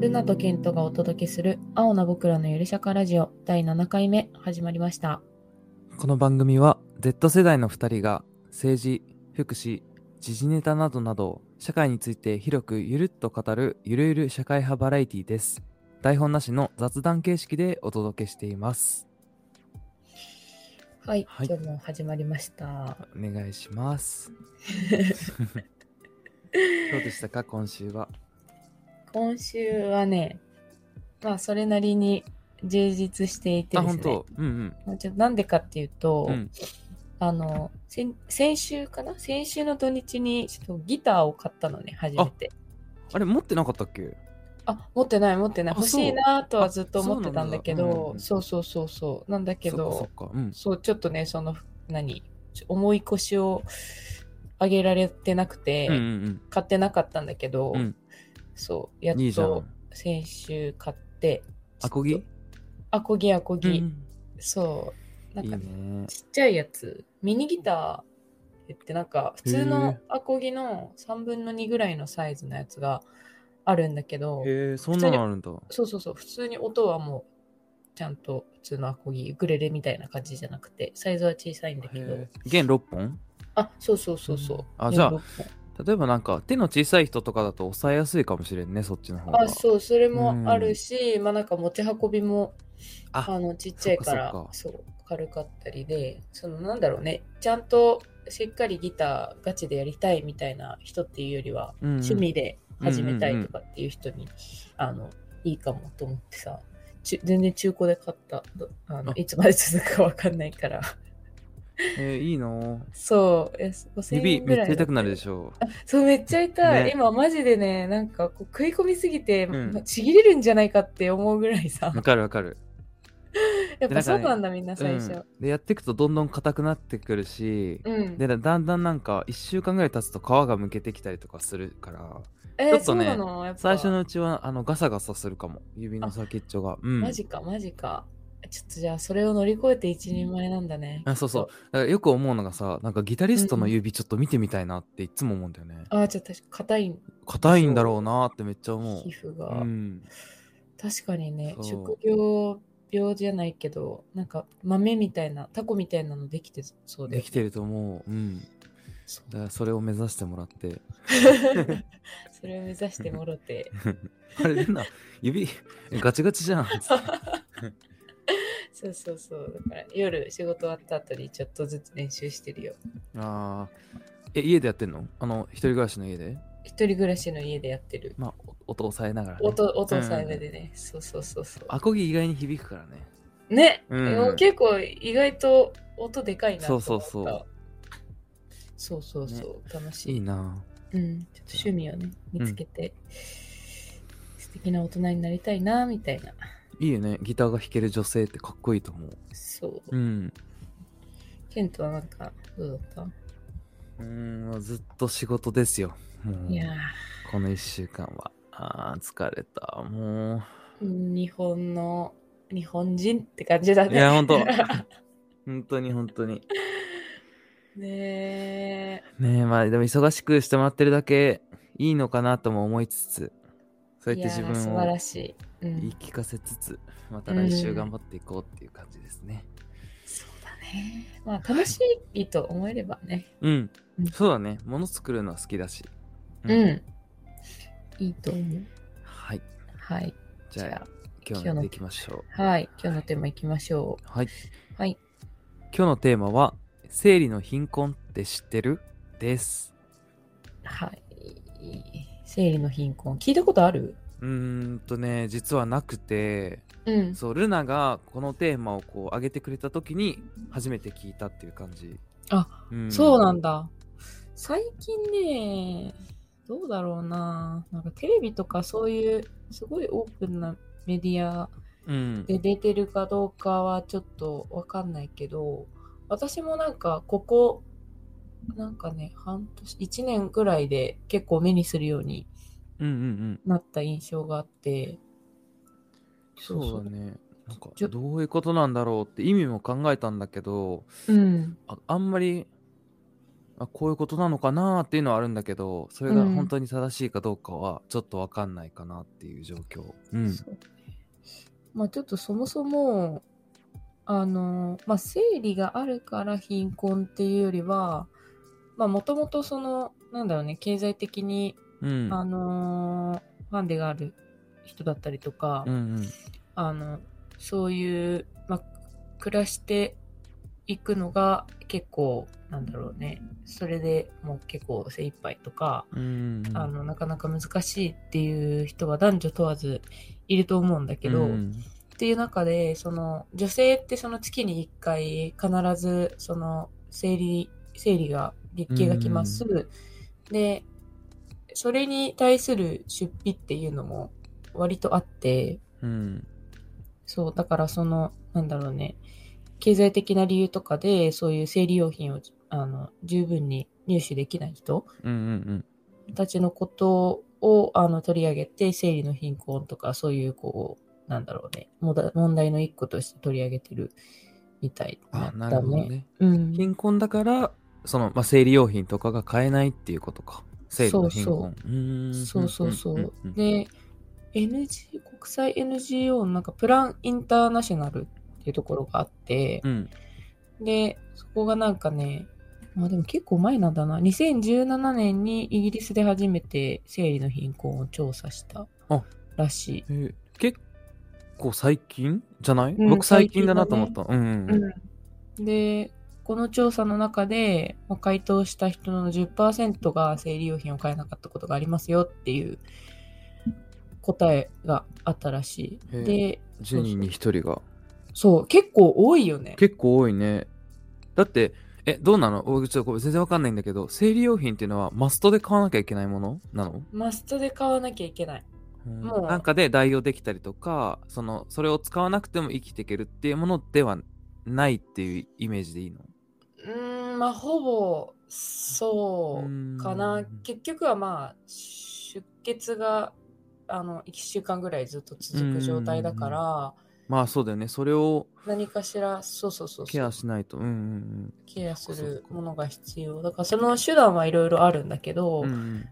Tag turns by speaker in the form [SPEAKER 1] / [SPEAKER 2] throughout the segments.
[SPEAKER 1] ルナとケントがお届けする青な僕らのゆるしゃかラジオ第7回目始まりました。
[SPEAKER 2] この番組は Z 世代の2人が政治、福祉、時事ネタなどなど社会について広くゆるっと語るゆるゆる社会派バラエティです。台本なしの雑談形式でお届けしています。
[SPEAKER 1] はい、
[SPEAKER 2] はい
[SPEAKER 1] 今日も始まりました。
[SPEAKER 2] お願いし ます。どうでしたか今週は。
[SPEAKER 1] 今週はね、まあそれなりに充実していて
[SPEAKER 2] あ、
[SPEAKER 1] です
[SPEAKER 2] 本
[SPEAKER 1] ね
[SPEAKER 2] 当。うん
[SPEAKER 1] まあちょっとなんでかっていうと、
[SPEAKER 2] うん。うん、
[SPEAKER 1] あの先先週かな先週の土日にちょっとギターを買ったのね初めて
[SPEAKER 2] あれ持ってなかったっけ
[SPEAKER 1] あ持ってない持ってない
[SPEAKER 2] あ
[SPEAKER 1] 欲しいなとはずっと
[SPEAKER 2] そう
[SPEAKER 1] 思ってたんだけ
[SPEAKER 2] そうなんだ
[SPEAKER 1] ど
[SPEAKER 2] うん
[SPEAKER 1] そうそうそうそうなんだけど
[SPEAKER 2] そっかそっか。うん。
[SPEAKER 1] そう、ちょっとね、その、何、ちょ重い腰を上げられてなくて、
[SPEAKER 2] うんうん
[SPEAKER 1] 買ってなかったんだけど、
[SPEAKER 2] うん
[SPEAKER 1] そう、や
[SPEAKER 2] うん。
[SPEAKER 1] っ
[SPEAKER 2] いいじゃ
[SPEAKER 1] と
[SPEAKER 2] ん。
[SPEAKER 1] 先週買って、
[SPEAKER 2] アコギ
[SPEAKER 1] アコギアコギ、
[SPEAKER 2] うん
[SPEAKER 1] そう、な
[SPEAKER 2] う
[SPEAKER 1] ん
[SPEAKER 2] んいい
[SPEAKER 1] かね、
[SPEAKER 2] ね。
[SPEAKER 1] ちっちゃいやつ、ミニギターってなんか、普通のアコギの3分の2ぐらいのサイズのやつがあるんだけど、
[SPEAKER 2] へえ、そんなのあるんだ。
[SPEAKER 1] そうそうそう、普通に音はもう、ちゃんと普通のアコギ、ウクレレみたいな感じじゃなくて、サイズは小さいんだけど、
[SPEAKER 2] へえ弦6本
[SPEAKER 1] あ、そうそうそうそう。
[SPEAKER 2] あじゃあ
[SPEAKER 1] ね六
[SPEAKER 2] 例えばなんか手の小さい人とかだと抑えやすいかもしれんねそっちの方
[SPEAKER 1] 本
[SPEAKER 2] が
[SPEAKER 1] あ、そう、それもあるし、まあなんか持ち運びも、
[SPEAKER 2] あ
[SPEAKER 1] あの、ちっちゃいから、
[SPEAKER 2] そっか
[SPEAKER 1] そう、軽かったりで、その、なんだろうね、ちゃんとしっかりギターガチでやりたいみたいな人っていうよりは、
[SPEAKER 2] うんうん
[SPEAKER 1] 趣味で始めたいとかっていう人に、あの、いいかもと思ってさ、ちゅ全然中古で買った、どあの
[SPEAKER 2] あ
[SPEAKER 1] いつまで続くかわかんないから、
[SPEAKER 2] えーいいの
[SPEAKER 1] そう、え5000
[SPEAKER 2] 指
[SPEAKER 1] 円
[SPEAKER 2] め
[SPEAKER 1] ぐ
[SPEAKER 2] っ
[SPEAKER 1] らい
[SPEAKER 2] ち
[SPEAKER 1] だ
[SPEAKER 2] ゃ痛
[SPEAKER 1] た
[SPEAKER 2] くなるでしょ
[SPEAKER 1] そうめっちゃ痛い、
[SPEAKER 2] ね
[SPEAKER 1] 今マジでねなんかこう食い込みすぎて、
[SPEAKER 2] うん
[SPEAKER 1] まちぎれるんじゃないかって思うぐらいさ
[SPEAKER 2] わかるわかる
[SPEAKER 1] やっぱ そうなんだみんな最
[SPEAKER 2] う
[SPEAKER 1] 初
[SPEAKER 2] ん、でやっていくとどんどん硬くなってくるし
[SPEAKER 1] うん、
[SPEAKER 2] でだんだんなんか1週間ぐらい経つと皮がむけてきたりとかするから
[SPEAKER 1] えー
[SPEAKER 2] ちょっとね
[SPEAKER 1] そうなのやっぱ
[SPEAKER 2] 最初のうちはあのガサガサするかも指の先っちょがうん
[SPEAKER 1] マジかマジかちょっとじゃあそれを乗り越えて一人前なんだね、
[SPEAKER 2] あそうそう
[SPEAKER 1] きっ
[SPEAKER 2] だからよく思うのがさなんかギタリストの指ちょっと見てみたいなっていつも思うんだよね
[SPEAKER 1] とああちょっと確か硬い
[SPEAKER 2] 硬いんだろうなってめっちゃ思う
[SPEAKER 1] 皮膚が、
[SPEAKER 2] うん
[SPEAKER 1] 確かにね
[SPEAKER 2] そう
[SPEAKER 1] 職業病じゃないけどなんか豆みたいなタコみたいなのできてそうで
[SPEAKER 2] できてると思ううん
[SPEAKER 1] そう
[SPEAKER 2] だからそれを目指してもらって。
[SPEAKER 1] それを目指してもろ て
[SPEAKER 2] あれ、みんな、指、ガチガチ じゃん。
[SPEAKER 1] そうそうそう。だから夜仕事終わった後にちょっとずつ練習してるよ。
[SPEAKER 2] ああ。え、家でやってんのあの、一人暮らしの家で
[SPEAKER 1] 一人暮らしの家でやってる。
[SPEAKER 2] まあ、お音を抑えながら、ね。
[SPEAKER 1] 音音を抑えめでね、そうそうそうそ
[SPEAKER 2] アコギ意外に響くからね。
[SPEAKER 1] う。ね、
[SPEAKER 2] うん
[SPEAKER 1] もう結構意外と音でかいなと思った。
[SPEAKER 2] そうそうそう
[SPEAKER 1] そうそうそう楽しい
[SPEAKER 2] いいな
[SPEAKER 1] うん。ちょっと趣味をね、見つけて、素敵な大人になりたいな、みたいな。
[SPEAKER 2] ぁいいよね。ギターが弾ける女性ってかっこいいと思う。
[SPEAKER 1] そうう。
[SPEAKER 2] ん。
[SPEAKER 1] ケントはなんか、どうだっ
[SPEAKER 2] うーん、ずっと仕事ですよ。も
[SPEAKER 1] た
[SPEAKER 2] う
[SPEAKER 1] いや
[SPEAKER 2] この一週間は。ああ、疲れた。も
[SPEAKER 1] ー、日本の、日本人って感じだ
[SPEAKER 2] う。
[SPEAKER 1] ね。
[SPEAKER 2] いや、ほんと。本当に本当に。
[SPEAKER 1] ねえ。
[SPEAKER 2] ねえまあでも忙しくしてもらってるだけいいのかなとも思いつつそうやって自
[SPEAKER 1] いやー素
[SPEAKER 2] 分
[SPEAKER 1] 晴
[SPEAKER 2] を
[SPEAKER 1] らしい。うん
[SPEAKER 2] 言い聞かせつつまた来週頑張っていこうっていう感じですね
[SPEAKER 1] そうだね。まあ楽しいと思えればね。
[SPEAKER 2] うん、
[SPEAKER 1] うん
[SPEAKER 2] そうだねもの作るのは好きだし
[SPEAKER 1] うん。いいと思う。
[SPEAKER 2] はい
[SPEAKER 1] はい。
[SPEAKER 2] じゃあ
[SPEAKER 1] 今
[SPEAKER 2] 今日
[SPEAKER 1] 日の
[SPEAKER 2] やっていきましょう
[SPEAKER 1] あはい。今日のテーマいきましょ
[SPEAKER 2] はい、
[SPEAKER 1] う。はい。
[SPEAKER 2] 今日のテーマは「生理の貧困って知ってる?」です
[SPEAKER 1] はい。生理の貧困。聞いたことある
[SPEAKER 2] うーんとね実はなくて
[SPEAKER 1] うん。
[SPEAKER 2] そうルナがこのテーマをこう上げてくれた時に初めて聞いたっていう感じ
[SPEAKER 1] あ、
[SPEAKER 2] うん
[SPEAKER 1] そうなんだ。最近ね、どうだろうな。なんかテレビとかそういうすごいオープンなメディア
[SPEAKER 2] うん
[SPEAKER 1] で出てるかどうかはちょっとわかんないけど私もなんかここなんかね半年1年ぐらいで結構目にするように
[SPEAKER 2] うんうんうん
[SPEAKER 1] なった印象があってそうそう
[SPEAKER 2] そうだねなんか
[SPEAKER 1] ちょ
[SPEAKER 2] どういうことなんだろうって意味も考えたんだけど
[SPEAKER 1] うん
[SPEAKER 2] ああんまりあこういうことなのかなっていうのはあるんだけどそれが本当に正しいかどうかはちょっと分かんないかなっていう状況うん、
[SPEAKER 1] そうねまあちょっとそもそもあの、まあ、生理があるから貧困っていうよりはもともとそのなんだろうね経済的に、
[SPEAKER 2] うん、
[SPEAKER 1] あのーハンデがある人だったりとか、
[SPEAKER 2] うんうん
[SPEAKER 1] あのそういう、まあ、暮らしていくのが結構なんだろうねそれでもう結構精一杯とか、
[SPEAKER 2] うんうん
[SPEAKER 1] あのなかなか難しいっていう人は男女問わずいると思うんだけど、
[SPEAKER 2] うん
[SPEAKER 1] っていう中でその女性ってその月に1回必ずその生理生理が月経が来ます、でそれに対する出費っていうのも割とあって
[SPEAKER 2] うん
[SPEAKER 1] そうだからそのなんだろうね経済的な理由とかでそういう生理用品をあの十分に入手できない人
[SPEAKER 2] うんうん
[SPEAKER 1] たちのことをあの取り上げて生理の貧困とかそういうこうなんだろうねもだ問題の一個として取り上げてるみたいだ
[SPEAKER 2] あなるほどね
[SPEAKER 1] うん、
[SPEAKER 2] 貧困だからその、まあ、生理用品とかが買えないっていうことか生理の貧困うーん
[SPEAKER 1] そうそうそう。
[SPEAKER 2] んんん
[SPEAKER 1] で NG 国際 NGO のなんかプランインターナショナルっていうところがあって、
[SPEAKER 2] うん
[SPEAKER 1] でそこがなんかねまあでも結構前なんだな2017年にイギリスで初めて生理の貧困を調査した
[SPEAKER 2] あ
[SPEAKER 1] らしい。
[SPEAKER 2] えー結構最近じゃない、
[SPEAKER 1] うん
[SPEAKER 2] 僕最近だなと思った、うんうん
[SPEAKER 1] うん、でこの調査の中で、まあ回答した人の10%が生理用品を買えなかったことがありますよっていう答えがあったらし
[SPEAKER 2] へえ
[SPEAKER 1] い。で
[SPEAKER 2] 10人に1人が
[SPEAKER 1] そう結構多いよね。
[SPEAKER 2] 結構多いねだってえどうなの僕ちょっとこれ全然わかんないんだけど生理用品っていうのはマストで買わなきゃいけないものなの、
[SPEAKER 1] マストで買わなきゃいけない。
[SPEAKER 2] うん
[SPEAKER 1] もう
[SPEAKER 2] なんかで代用できたりとかそのそれを使わなくても生きていけるっていうものではないっていうイメージでいいの
[SPEAKER 1] うーんまあほぼそううかな
[SPEAKER 2] ーん
[SPEAKER 1] 結局はまあ出血があの1週間ぐらいずっと続く状態だから
[SPEAKER 2] まあそうだよねそれを
[SPEAKER 1] 何かしらそうそうそうそう
[SPEAKER 2] ケアしないとうんうん
[SPEAKER 1] ケアするものが必要だからその手段はいろいろあるんだけど、
[SPEAKER 2] うんうんうん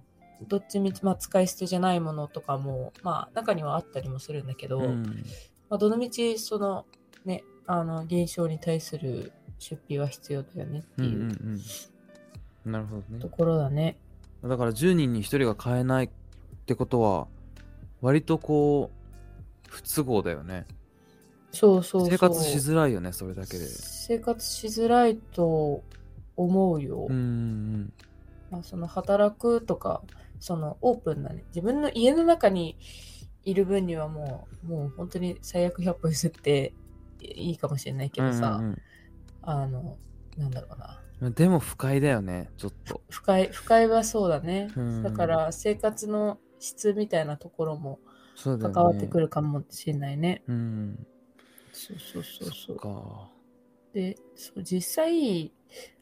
[SPEAKER 1] どっちみち、まあ、使い捨てじゃないものとかもまあ中にはあったりもするんだけど、
[SPEAKER 2] うん
[SPEAKER 1] まあ、どのみちそのねあの現象に対する出費は必要だよねって
[SPEAKER 2] うんう
[SPEAKER 1] いうん
[SPEAKER 2] うんなるほどね
[SPEAKER 1] ところだね。
[SPEAKER 2] だから10人に1人が買えないってことは割とこう不都合だよね
[SPEAKER 1] そうそうそう
[SPEAKER 2] 生活しづらいよねそれだけで
[SPEAKER 1] 生活しづらいと思うよ。
[SPEAKER 2] うん
[SPEAKER 1] まあ、その働くとかそのオープンなね自分の家の中にいる分にはもうもう本当に最悪100歩譲っていいかもしれないけどさ、
[SPEAKER 2] うん
[SPEAKER 1] あのなんだろうな
[SPEAKER 2] うんでも不快だよねちょっと
[SPEAKER 1] 不快不快はそうだね、
[SPEAKER 2] うん
[SPEAKER 1] だから生活の質みたいなところも
[SPEAKER 2] そうだよ
[SPEAKER 1] 関
[SPEAKER 2] ね
[SPEAKER 1] わってくるかもしれないね。
[SPEAKER 2] うん
[SPEAKER 1] そうそうそうそ
[SPEAKER 2] そっ
[SPEAKER 1] う
[SPEAKER 2] か
[SPEAKER 1] でそう実際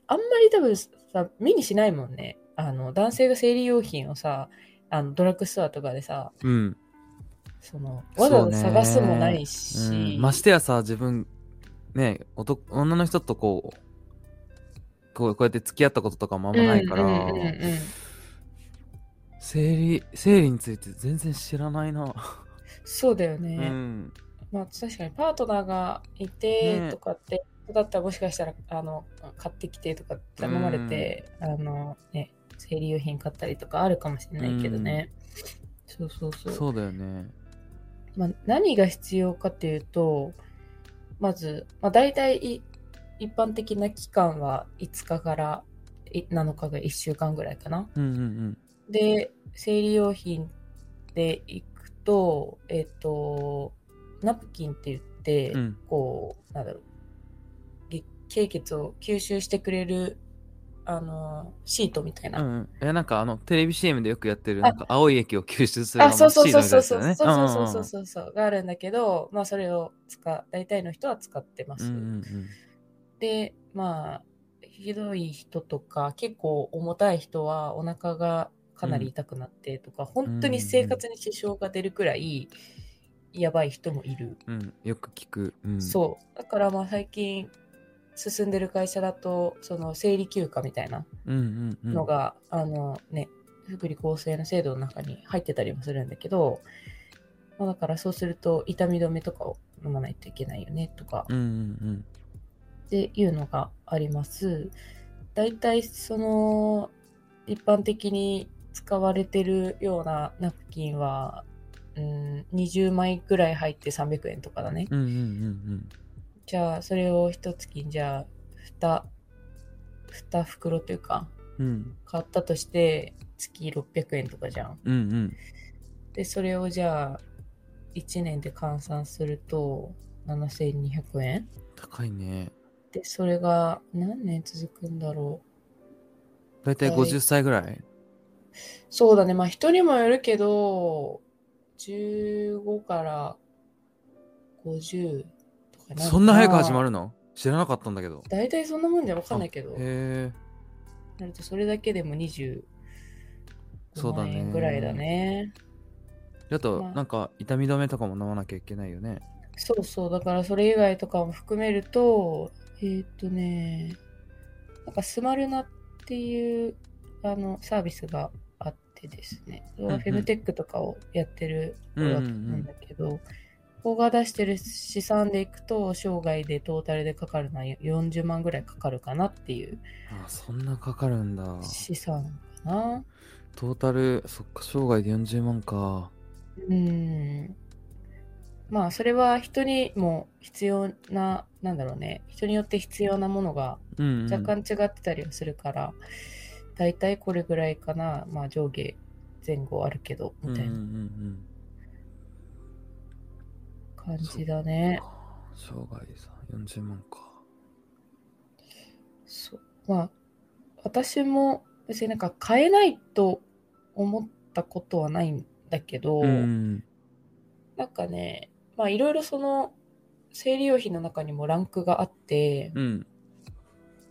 [SPEAKER 1] あんまり多分さ目にしないもんねあの男性が生理用品をさあのドラッグストアとかでさ
[SPEAKER 2] うん、
[SPEAKER 1] その
[SPEAKER 2] そう
[SPEAKER 1] わ
[SPEAKER 2] ね
[SPEAKER 1] ざわざ探すもないうし、
[SPEAKER 2] ん、ましてやさ自分ね男女の人とこうこうこうやって付き合ったこととかもあんまないから、
[SPEAKER 1] うんうんうんうん
[SPEAKER 2] 生理生理について全然知らないな、
[SPEAKER 1] そうだよ
[SPEAKER 2] う
[SPEAKER 1] ね、
[SPEAKER 2] ん
[SPEAKER 1] まあ確かにパートナーがいて
[SPEAKER 2] ね
[SPEAKER 1] とかって、だったらもしかしたらあの買ってきてとか頼まれて、あのね生理用品買ったりとかあるかもしれないけどね、そうそうそう
[SPEAKER 2] そうだよね
[SPEAKER 1] まあ、何が必要かっていうとまず、まあ、大体い一般的な期間は5日からい7日が1週間ぐらいかな。
[SPEAKER 2] うんうん
[SPEAKER 1] で生理用品でいくとえっ、とナプキンって言って、
[SPEAKER 2] うんうん
[SPEAKER 1] こうなんだろう月経血を吸収してくれるあのシートみたいな
[SPEAKER 2] うんうん、えなんかあのテレビ CM でよくやってる
[SPEAKER 1] あ
[SPEAKER 2] なんか青い液を吸収する
[SPEAKER 1] あ、そうそうそうそう
[SPEAKER 2] シ
[SPEAKER 1] そ
[SPEAKER 2] ー
[SPEAKER 1] う
[SPEAKER 2] ル
[SPEAKER 1] そ
[SPEAKER 2] のや
[SPEAKER 1] う
[SPEAKER 2] つだよね
[SPEAKER 1] そうそうそうそうがあるんだけど、まあそれを使う大体の人は使ってます。
[SPEAKER 2] うんうんうん
[SPEAKER 1] で、まあひどい人とか結構重たい人はお腹がかなり痛くなってとか、本当に生活に支障が出るくらいやばい人もいる。
[SPEAKER 2] うんうんよく聞く、うん、
[SPEAKER 1] そうだからまあ最近進んでる会社だとその生理休暇みたいな
[SPEAKER 2] うんうん
[SPEAKER 1] のが、あのね福利厚生の制度の中に入ってたりもするんだけど、まあ、だからそうすると痛み止めとかを飲まないといけないよねとか
[SPEAKER 2] うんうん
[SPEAKER 1] っていうのがあります。だいたいその一般的に使われてるようなナプキンは、うん、20枚ぐらい入って300円とかだね。
[SPEAKER 2] うんうんうんうん
[SPEAKER 1] じゃあそれを一月にじゃあ2、2袋というか
[SPEAKER 2] うんうん
[SPEAKER 1] 買ったとして月600円とかじゃん。
[SPEAKER 2] うんうん
[SPEAKER 1] で、それをじゃあ1年で換算すると7200円
[SPEAKER 2] 高いね
[SPEAKER 1] で、それが何年続くんだろう。
[SPEAKER 2] だいたい
[SPEAKER 1] はい
[SPEAKER 2] 50歳ぐらい、
[SPEAKER 1] そうだね。まあ人にもよるけど、15から50とか
[SPEAKER 2] そんな早く始ま
[SPEAKER 1] る
[SPEAKER 2] るの知らなかったんだけど
[SPEAKER 1] 大体そんなもんじゃわかんないけど、
[SPEAKER 2] へえ
[SPEAKER 1] なるとそれだけでも20
[SPEAKER 2] そうだね
[SPEAKER 1] ぐらいだね。
[SPEAKER 2] あと、
[SPEAKER 1] まあ
[SPEAKER 2] なんか痛み止めとかも飲まなきゃいけないよね
[SPEAKER 1] そうそう。だからそれ以外とかも含めると、えーっとね、なんかスマルナっていうあのサービスがあってですね、それ
[SPEAKER 2] うんう
[SPEAKER 1] は
[SPEAKER 2] ん
[SPEAKER 1] フェムテックとかをやってるプロダクトなんだけど、ここが出してる資産でいくと、生涯でトータルでかかるのは40万ぐらいかかるかなっていう
[SPEAKER 2] あそんなかかるんだ
[SPEAKER 1] 資産かな。
[SPEAKER 2] トータルそっか生涯で40万か
[SPEAKER 1] うん。まあ、それは人にも必要な、なんだろうね、人によって必要なものが
[SPEAKER 2] うん、うん、
[SPEAKER 1] 若干違ってたりはするから、だいたいこれぐらいかな、まあ上下前後あるけど、みたい
[SPEAKER 2] うんう
[SPEAKER 1] なん
[SPEAKER 2] うん
[SPEAKER 1] 感じだね
[SPEAKER 2] うん。生涯さ40万か
[SPEAKER 1] そうまあ、私も別になんか変えないと思ったことはないんだけど、
[SPEAKER 2] うん
[SPEAKER 1] なんかね、まあいろいろその生理用品の中にもランクがあって、
[SPEAKER 2] うん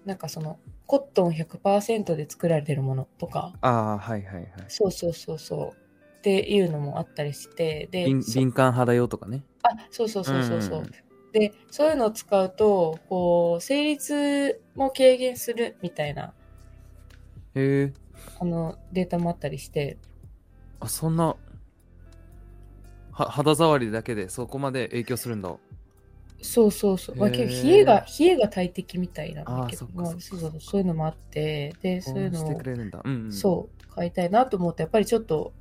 [SPEAKER 1] なんかそのコットン100%で作られてるものとか、
[SPEAKER 2] ああはいはいはい
[SPEAKER 1] そうそうそうそうっていうのもあったりして、で、
[SPEAKER 2] 敏
[SPEAKER 1] そ
[SPEAKER 2] 敏感肌だよとかね
[SPEAKER 1] あそうそうそうそうそう。
[SPEAKER 2] うんうん
[SPEAKER 1] でそういうのを使うとこう生理痛も軽減するみたいな
[SPEAKER 2] へえ
[SPEAKER 1] あのデータもあったりして
[SPEAKER 2] あそんなは肌触りだけでそこまで影響するんだ
[SPEAKER 1] そうそうそう、まあ、
[SPEAKER 2] へー
[SPEAKER 1] 結構冷えが冷えが大敵みたいなんだけど
[SPEAKER 2] あーそっか
[SPEAKER 1] まあ
[SPEAKER 2] そっか
[SPEAKER 1] そうそうそういうのもあってでそういう
[SPEAKER 2] し
[SPEAKER 1] の
[SPEAKER 2] て
[SPEAKER 1] を
[SPEAKER 2] くれるんだうん、うん、
[SPEAKER 1] そう買いたいなと思ってやっぱりちょっと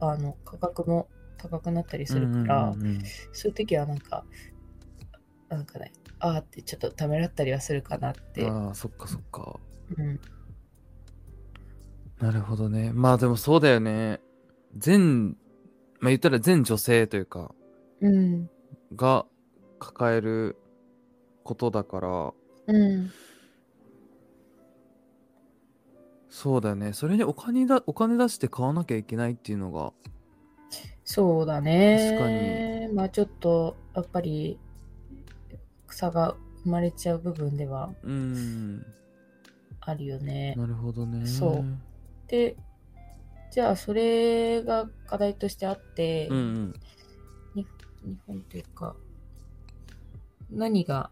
[SPEAKER 1] あの価格も高くなったりするから、
[SPEAKER 2] うんうんうんうん
[SPEAKER 1] そういう時はなんかなんかねあーってちょっとためらったりはするかなって、うん
[SPEAKER 2] ああそっかそっかなるほどねまあでもそうだよね全まあ言ったら全女性というか
[SPEAKER 1] うん
[SPEAKER 2] が抱えることだから
[SPEAKER 1] うん、
[SPEAKER 2] そうだよねそれにお金だお金出して買わなきゃいけないっていうのが
[SPEAKER 1] そうだね。
[SPEAKER 2] 確か
[SPEAKER 1] まあちょっと、やっぱり、草が生まれちゃう部分では
[SPEAKER 2] うーん
[SPEAKER 1] あるよね。
[SPEAKER 2] なるほどね
[SPEAKER 1] そうで、じゃあそれが課題としてあって、
[SPEAKER 2] うんうん
[SPEAKER 1] 日本というか、何が、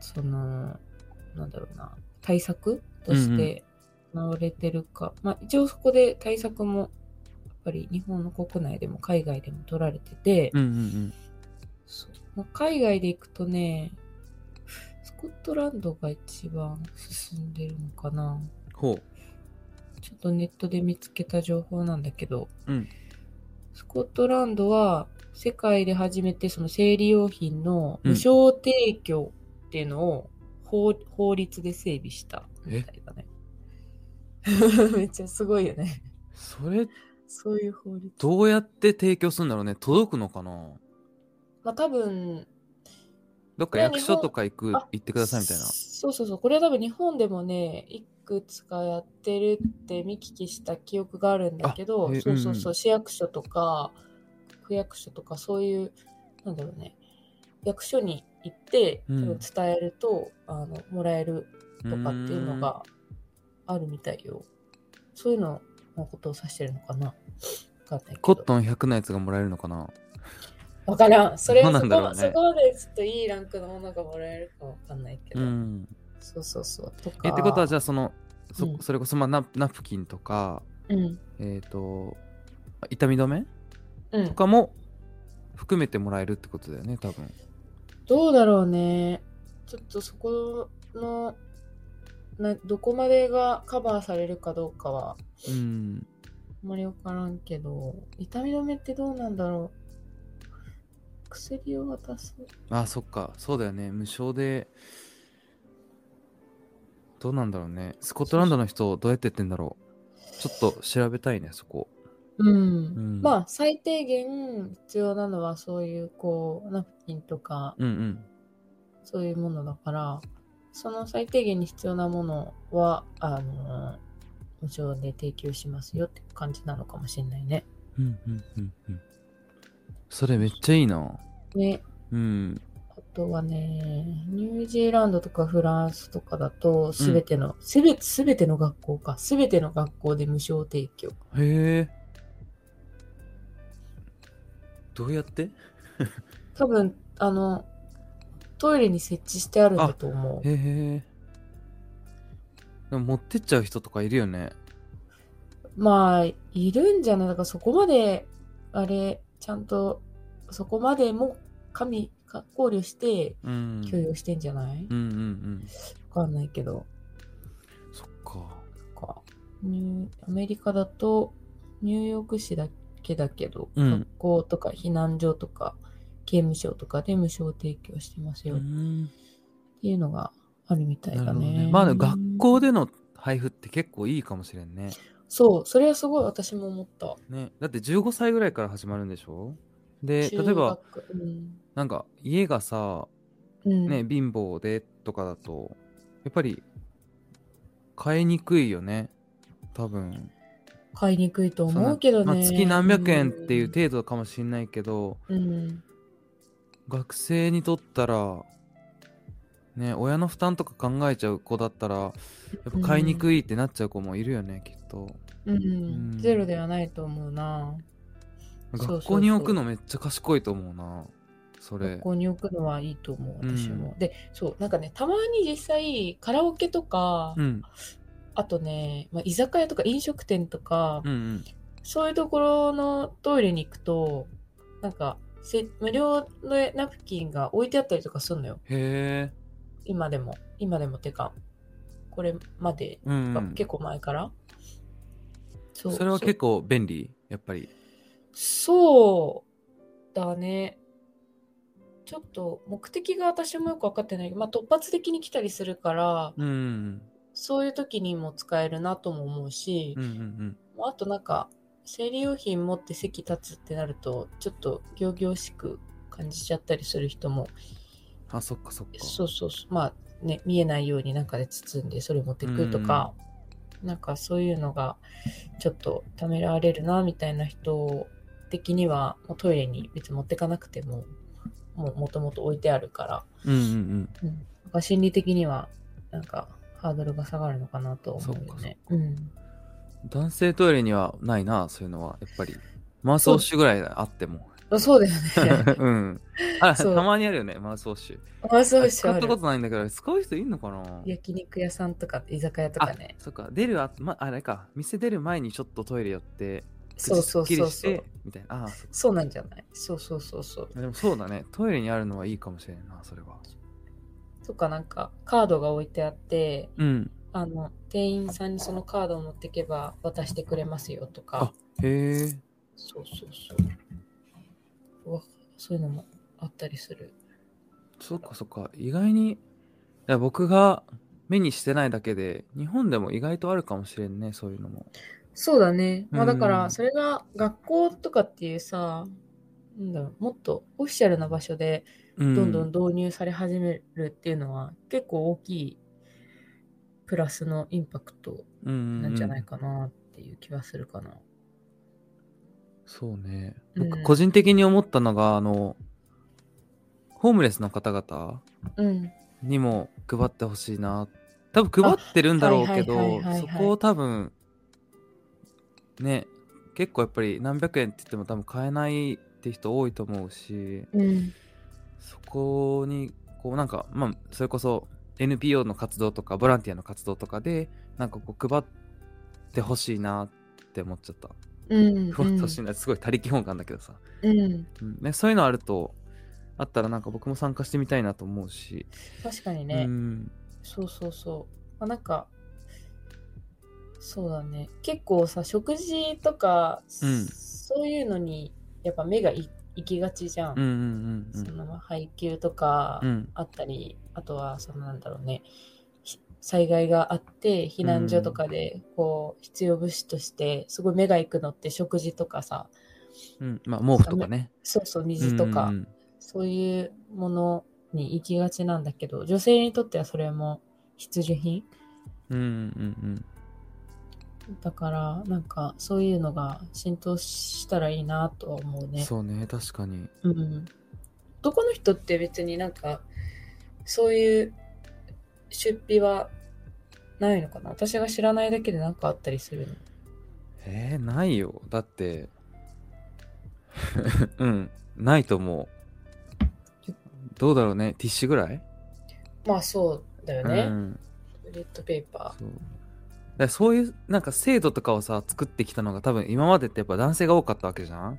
[SPEAKER 1] その、なんだろうな、対策として行われてるか。まあ一応そこで対策も、やっぱり日本の国内でも海外でも取られてて、
[SPEAKER 2] うんうん
[SPEAKER 1] そうまあ海外で行くとね、スコットランドが一番進んでるのかな。
[SPEAKER 2] うんほう
[SPEAKER 1] ちょっとネットで見つけた情報なんだけど、
[SPEAKER 2] うん
[SPEAKER 1] スコットランドは世界で初めてその生理用品の無償提供っていうのを法,、法律で整備したみたいだね。 めっちゃすごいよね。
[SPEAKER 2] それ
[SPEAKER 1] そういう法律。
[SPEAKER 2] どうやって提供するんだろうね届くのかな
[SPEAKER 1] まあ多分、
[SPEAKER 2] どっか
[SPEAKER 1] いや
[SPEAKER 2] 役所とか行く
[SPEAKER 1] 本あ
[SPEAKER 2] 行ってくださいみたいな
[SPEAKER 1] そうそうそう。これは多分日本でもね、いくつかやってるって見聞きした記憶があるんだけ
[SPEAKER 2] あ
[SPEAKER 1] ど
[SPEAKER 2] へ、
[SPEAKER 1] そうそう
[SPEAKER 2] うん
[SPEAKER 1] そうう、市役所とか、区役所とか、そういう、なんだろうね、役所に行って、
[SPEAKER 2] うん
[SPEAKER 1] 多分伝えると、あの、もらえるとかっていうのがあるみたいよ。そういうののことを指してるのかな。わかんないけど
[SPEAKER 2] コットン100のやつがもらえるのかな
[SPEAKER 1] わからん。それ
[SPEAKER 2] ど
[SPEAKER 1] そうこ
[SPEAKER 2] なんだろうね
[SPEAKER 1] そこまでちょっといいランクのものがもらえるかわかんないけ
[SPEAKER 2] う
[SPEAKER 1] ど。
[SPEAKER 2] ん
[SPEAKER 1] そうそうそう。とか
[SPEAKER 2] えってことはじゃあそのそ,、
[SPEAKER 1] うん
[SPEAKER 2] それこそまあナプナプキンとか
[SPEAKER 1] うん。
[SPEAKER 2] えっ、と痛み止め
[SPEAKER 1] う
[SPEAKER 2] と
[SPEAKER 1] ん。
[SPEAKER 2] かも含めてもらえるってことだよね多分
[SPEAKER 1] どうだろうね。ちょっとそこの、などこまでがカバーされるかどうかは、
[SPEAKER 2] うん
[SPEAKER 1] あんまりわからんけど、痛み止めってどうなんだろう。薬を渡す。
[SPEAKER 2] あそっかそうだよね無償でどうなんだろうねスコットランドの人どうやってやってんだろうちょっと調べたいねそこ
[SPEAKER 1] うん。
[SPEAKER 2] うん
[SPEAKER 1] まあ、最低限必要なのはそういう、こう、ナプキンとか、
[SPEAKER 2] うんうん
[SPEAKER 1] そういうものだから、その最低限に必要なものは、あの、無償で提供しますよって感じなのかもしれないね。
[SPEAKER 2] うんうんうんうんそれめっちゃいいな
[SPEAKER 1] ね。
[SPEAKER 2] うん
[SPEAKER 1] あとはね、ニュージーランドとかフランスとかだと、すべての、すべ、すべての学校か、すべての学校で無償提供。
[SPEAKER 2] へえどうやって
[SPEAKER 1] 多分、あの、トイレに設置してあるんだと思う。
[SPEAKER 2] へえでも持ってっちゃう人とかいるよね
[SPEAKER 1] まあ、いるんじゃないだからそこまで、あれ、ちゃんと、そこまでも、神、か考慮して、
[SPEAKER 2] うん
[SPEAKER 1] 共有してんじゃない
[SPEAKER 2] うんうんうん
[SPEAKER 1] わかんないけど。
[SPEAKER 2] そっか
[SPEAKER 1] なんかニューアメリカだとニューヨーク市だけだけど、
[SPEAKER 2] うん
[SPEAKER 1] 学校とか避難所とか刑務所とかで無償提供してますよ
[SPEAKER 2] う
[SPEAKER 1] って
[SPEAKER 2] ん
[SPEAKER 1] いうのがあるみたいだ
[SPEAKER 2] なるほど
[SPEAKER 1] ね。
[SPEAKER 2] ねまあでも学校での配布って結構いいかもしれんね
[SPEAKER 1] そう、それはすごい私も思った。
[SPEAKER 2] ねだって15歳ぐらいから始まるんでしょで
[SPEAKER 1] 中
[SPEAKER 2] 例えば
[SPEAKER 1] 学、うん
[SPEAKER 2] なんか家がさ
[SPEAKER 1] うん
[SPEAKER 2] ね、貧乏でとかだとやっぱり買いにくいよね多分
[SPEAKER 1] 買いにくいと
[SPEAKER 2] そ
[SPEAKER 1] 思
[SPEAKER 2] の
[SPEAKER 1] うけどね。
[SPEAKER 2] まあ、月何百円っていう程度かもしれないけど、
[SPEAKER 1] うん、
[SPEAKER 2] 学生にとったらね親の負担とか考えちゃう子だったらやっぱ買いにくいってなっちゃう子もいるよね、きっと
[SPEAKER 1] うん
[SPEAKER 2] ん
[SPEAKER 1] ゼロではないと思うな。そうそう
[SPEAKER 2] 学校に置くのめっちゃ賢いと思うなそれ
[SPEAKER 1] 学校に置くのはいいと思う、
[SPEAKER 2] うん
[SPEAKER 1] 私も。で、そう、なんかね、たまに実際、カラオケとか、
[SPEAKER 2] うん
[SPEAKER 1] あとね、まあ、居酒屋とか飲食店とか、
[SPEAKER 2] うんうん
[SPEAKER 1] そういうところのトイレに行くと、なんか、せ無料のナプキンが置いてあったりとかするのよ。
[SPEAKER 2] へえ
[SPEAKER 1] 今でも。今でもてか、これまで、
[SPEAKER 2] うん、うん、
[SPEAKER 1] 結構前から。そ
[SPEAKER 2] それは結構便利やっぱり
[SPEAKER 1] そうだね。ちょっと目的が私もよく分かってないけど、まあ、突発的に来たりするから、
[SPEAKER 2] うんうん
[SPEAKER 1] そういう時にも使えるなとも思うし、
[SPEAKER 2] うんうん
[SPEAKER 1] あとなんか、生理用品持って席立つってなると、ちょっと仰々しく感じちゃったりする人も、
[SPEAKER 2] あそっかそっか
[SPEAKER 1] そうそうそう、まあね、見えないようになんかで包んでそれ持ってくるとか、なんかそういうのがちょっとためられるな、みたいな人的には、もうトイレに別に持ってかなくても、もう元々置いてあるから、
[SPEAKER 2] うんうん
[SPEAKER 1] うん、なんか心理的にはなんかハードルが下がるのかなと思うよね。うん
[SPEAKER 2] うん男性トイレにはないなそういうのはやっぱりマウスウォッシュぐらいあっても
[SPEAKER 1] あそうだよ ね。
[SPEAKER 2] うんあ
[SPEAKER 1] そう
[SPEAKER 2] たまにあるよねマウスウォッシュ
[SPEAKER 1] マウスウォッシュ
[SPEAKER 2] 使
[SPEAKER 1] あ
[SPEAKER 2] っ
[SPEAKER 1] る
[SPEAKER 2] たことないんだけど使う人いんのかな
[SPEAKER 1] 焼肉屋さんとか居酒屋と
[SPEAKER 2] あ
[SPEAKER 1] かね。
[SPEAKER 2] そっか出るあ,、まあれか店出る前にちょっとトイレ寄って
[SPEAKER 1] そうそう
[SPEAKER 2] 口すっき
[SPEAKER 1] そ
[SPEAKER 2] り
[SPEAKER 1] う
[SPEAKER 2] し
[SPEAKER 1] そう
[SPEAKER 2] て。みたいなあそっか
[SPEAKER 1] そうなんじゃないそうそうそうそう。
[SPEAKER 2] でもそうだねトイレにあるのはいいかもしれんなそれは
[SPEAKER 1] とかなんかカードが置いてあって、
[SPEAKER 2] うん
[SPEAKER 1] あの、店員さんにそのカードを持ってけば渡してくれますよとか
[SPEAKER 2] あ。へえ
[SPEAKER 1] そうそうそう。うわそういうのもあったりする。
[SPEAKER 2] そっかそっか意外にいや僕が目にしてないだけで日本でも意外とあるかもしれんねそういうのも
[SPEAKER 1] そうだね。まあだか
[SPEAKER 2] うん
[SPEAKER 1] ら、それが学校とかっていうさ、なんだろうもっとオフィシャルな場所で
[SPEAKER 2] ど
[SPEAKER 1] どんどん導入され始めるっていうのは結構大きいプラスのインパクトなんじゃない
[SPEAKER 2] か
[SPEAKER 1] かなっていう気はするかな。
[SPEAKER 2] そうね
[SPEAKER 1] うん
[SPEAKER 2] 僕個人的に思ったのがあのホームレスの方々
[SPEAKER 1] うん。
[SPEAKER 2] にも配ってほしいな多分配ってるんだろうけ
[SPEAKER 1] あはいはい
[SPEAKER 2] ど
[SPEAKER 1] はいはいはい
[SPEAKER 2] そこを多分ね結構やっぱり何百円って言っても多分買えないって人多いと思うし
[SPEAKER 1] うん。
[SPEAKER 2] そこにこうなんかまあそれこそ NPO の活動とかボランティアの活動とかでなんかこう配ってほしいなって思っちゃった
[SPEAKER 1] うん。
[SPEAKER 2] 配ってほしいなってすごい他力本願だけどさ、
[SPEAKER 1] うん。
[SPEAKER 2] うんね、そういうのあるとあったらなんか僕も参加してみたいなと思うし、
[SPEAKER 1] 確かにね。
[SPEAKER 2] うん
[SPEAKER 1] そうそうそう。まあ、なんか、そうだね。結構さ、食事とか、
[SPEAKER 2] うん
[SPEAKER 1] そういうのに、やっぱ目がい行きがちじゃん。
[SPEAKER 2] うんうんうんうん
[SPEAKER 1] そのまあ配給とか
[SPEAKER 2] うん
[SPEAKER 1] あったり、あとは、そのなんだろうね、ひ災害があって、避難所とかで、こう、必要物資として、すごい目が行くのって食事とかさ、
[SPEAKER 2] うんまあ毛布とかね
[SPEAKER 1] そうそう、水とか、
[SPEAKER 2] うんうん
[SPEAKER 1] そういうものに行きがちなんだけど、女性にとってはそれも必需品
[SPEAKER 2] うんうん
[SPEAKER 1] だから、なんか、そういうのが浸透したらいいなとは思う
[SPEAKER 2] うん
[SPEAKER 1] ね。
[SPEAKER 2] そうね確かに
[SPEAKER 1] うん。男の人って別になんか、そういう出費はないのかな私が知らないだけでなんかあったりするの。
[SPEAKER 2] えー、ないよだって うんないと思うどうだろうねティッシュぐらい
[SPEAKER 1] まあそうだよ
[SPEAKER 2] う
[SPEAKER 1] ね。
[SPEAKER 2] ん、
[SPEAKER 1] トイレットペーパ
[SPEAKER 2] そうだからそういうなんか制度とかをさ作ってきたのが多分今までってやっぱ男性が多かったわけじゃ
[SPEAKER 1] ー。
[SPEAKER 2] ん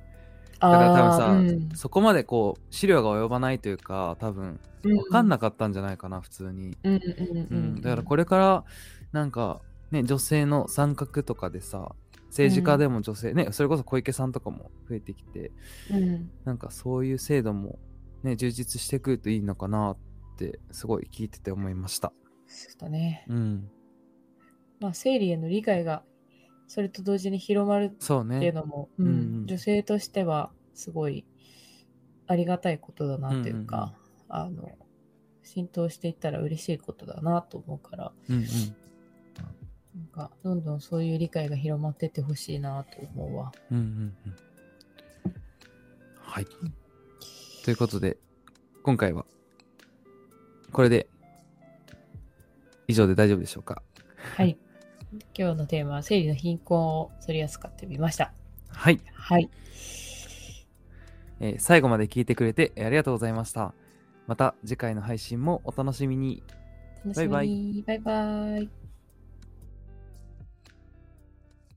[SPEAKER 2] だから多分さ、
[SPEAKER 1] あ
[SPEAKER 2] そこまでこう資料が及ばないというか多分
[SPEAKER 1] ーうん、
[SPEAKER 2] 分かんなかったんじゃないかな、普通に、
[SPEAKER 1] うんうんうん
[SPEAKER 2] う
[SPEAKER 1] うんん。
[SPEAKER 2] だからこれからなんかね女性の参画とかでさ政治家でも女性、ねそれこそ小池さんとかも増えてきて
[SPEAKER 1] れ、うん、
[SPEAKER 2] なんかそういう制度もね充実してくるといいのかなってすごい聞いてて思いました
[SPEAKER 1] そうだね。
[SPEAKER 2] うん
[SPEAKER 1] まあ生理への理解が、それと同時に広まる
[SPEAKER 2] そう
[SPEAKER 1] っていう
[SPEAKER 2] ね
[SPEAKER 1] のも、
[SPEAKER 2] ん
[SPEAKER 1] う
[SPEAKER 2] うんん
[SPEAKER 1] 女性としてはすごいありがたいことだなというか、あの浸透していったら嬉しいことだなと思うから
[SPEAKER 2] うんうん
[SPEAKER 1] なんかどんどんそういう理解が広まってってほしいなと思 うわ。
[SPEAKER 2] うんうんうんはいということで今回はこれで以上で大丈夫でしょうか
[SPEAKER 1] はい今日のテーマは生理の貧困を取り扱ってみました。
[SPEAKER 2] はい
[SPEAKER 1] はい。
[SPEAKER 2] えー最後まで聞いてくれてありがとうございました。また次回の配信もお楽しみに。
[SPEAKER 1] 楽しみに。バイバイ。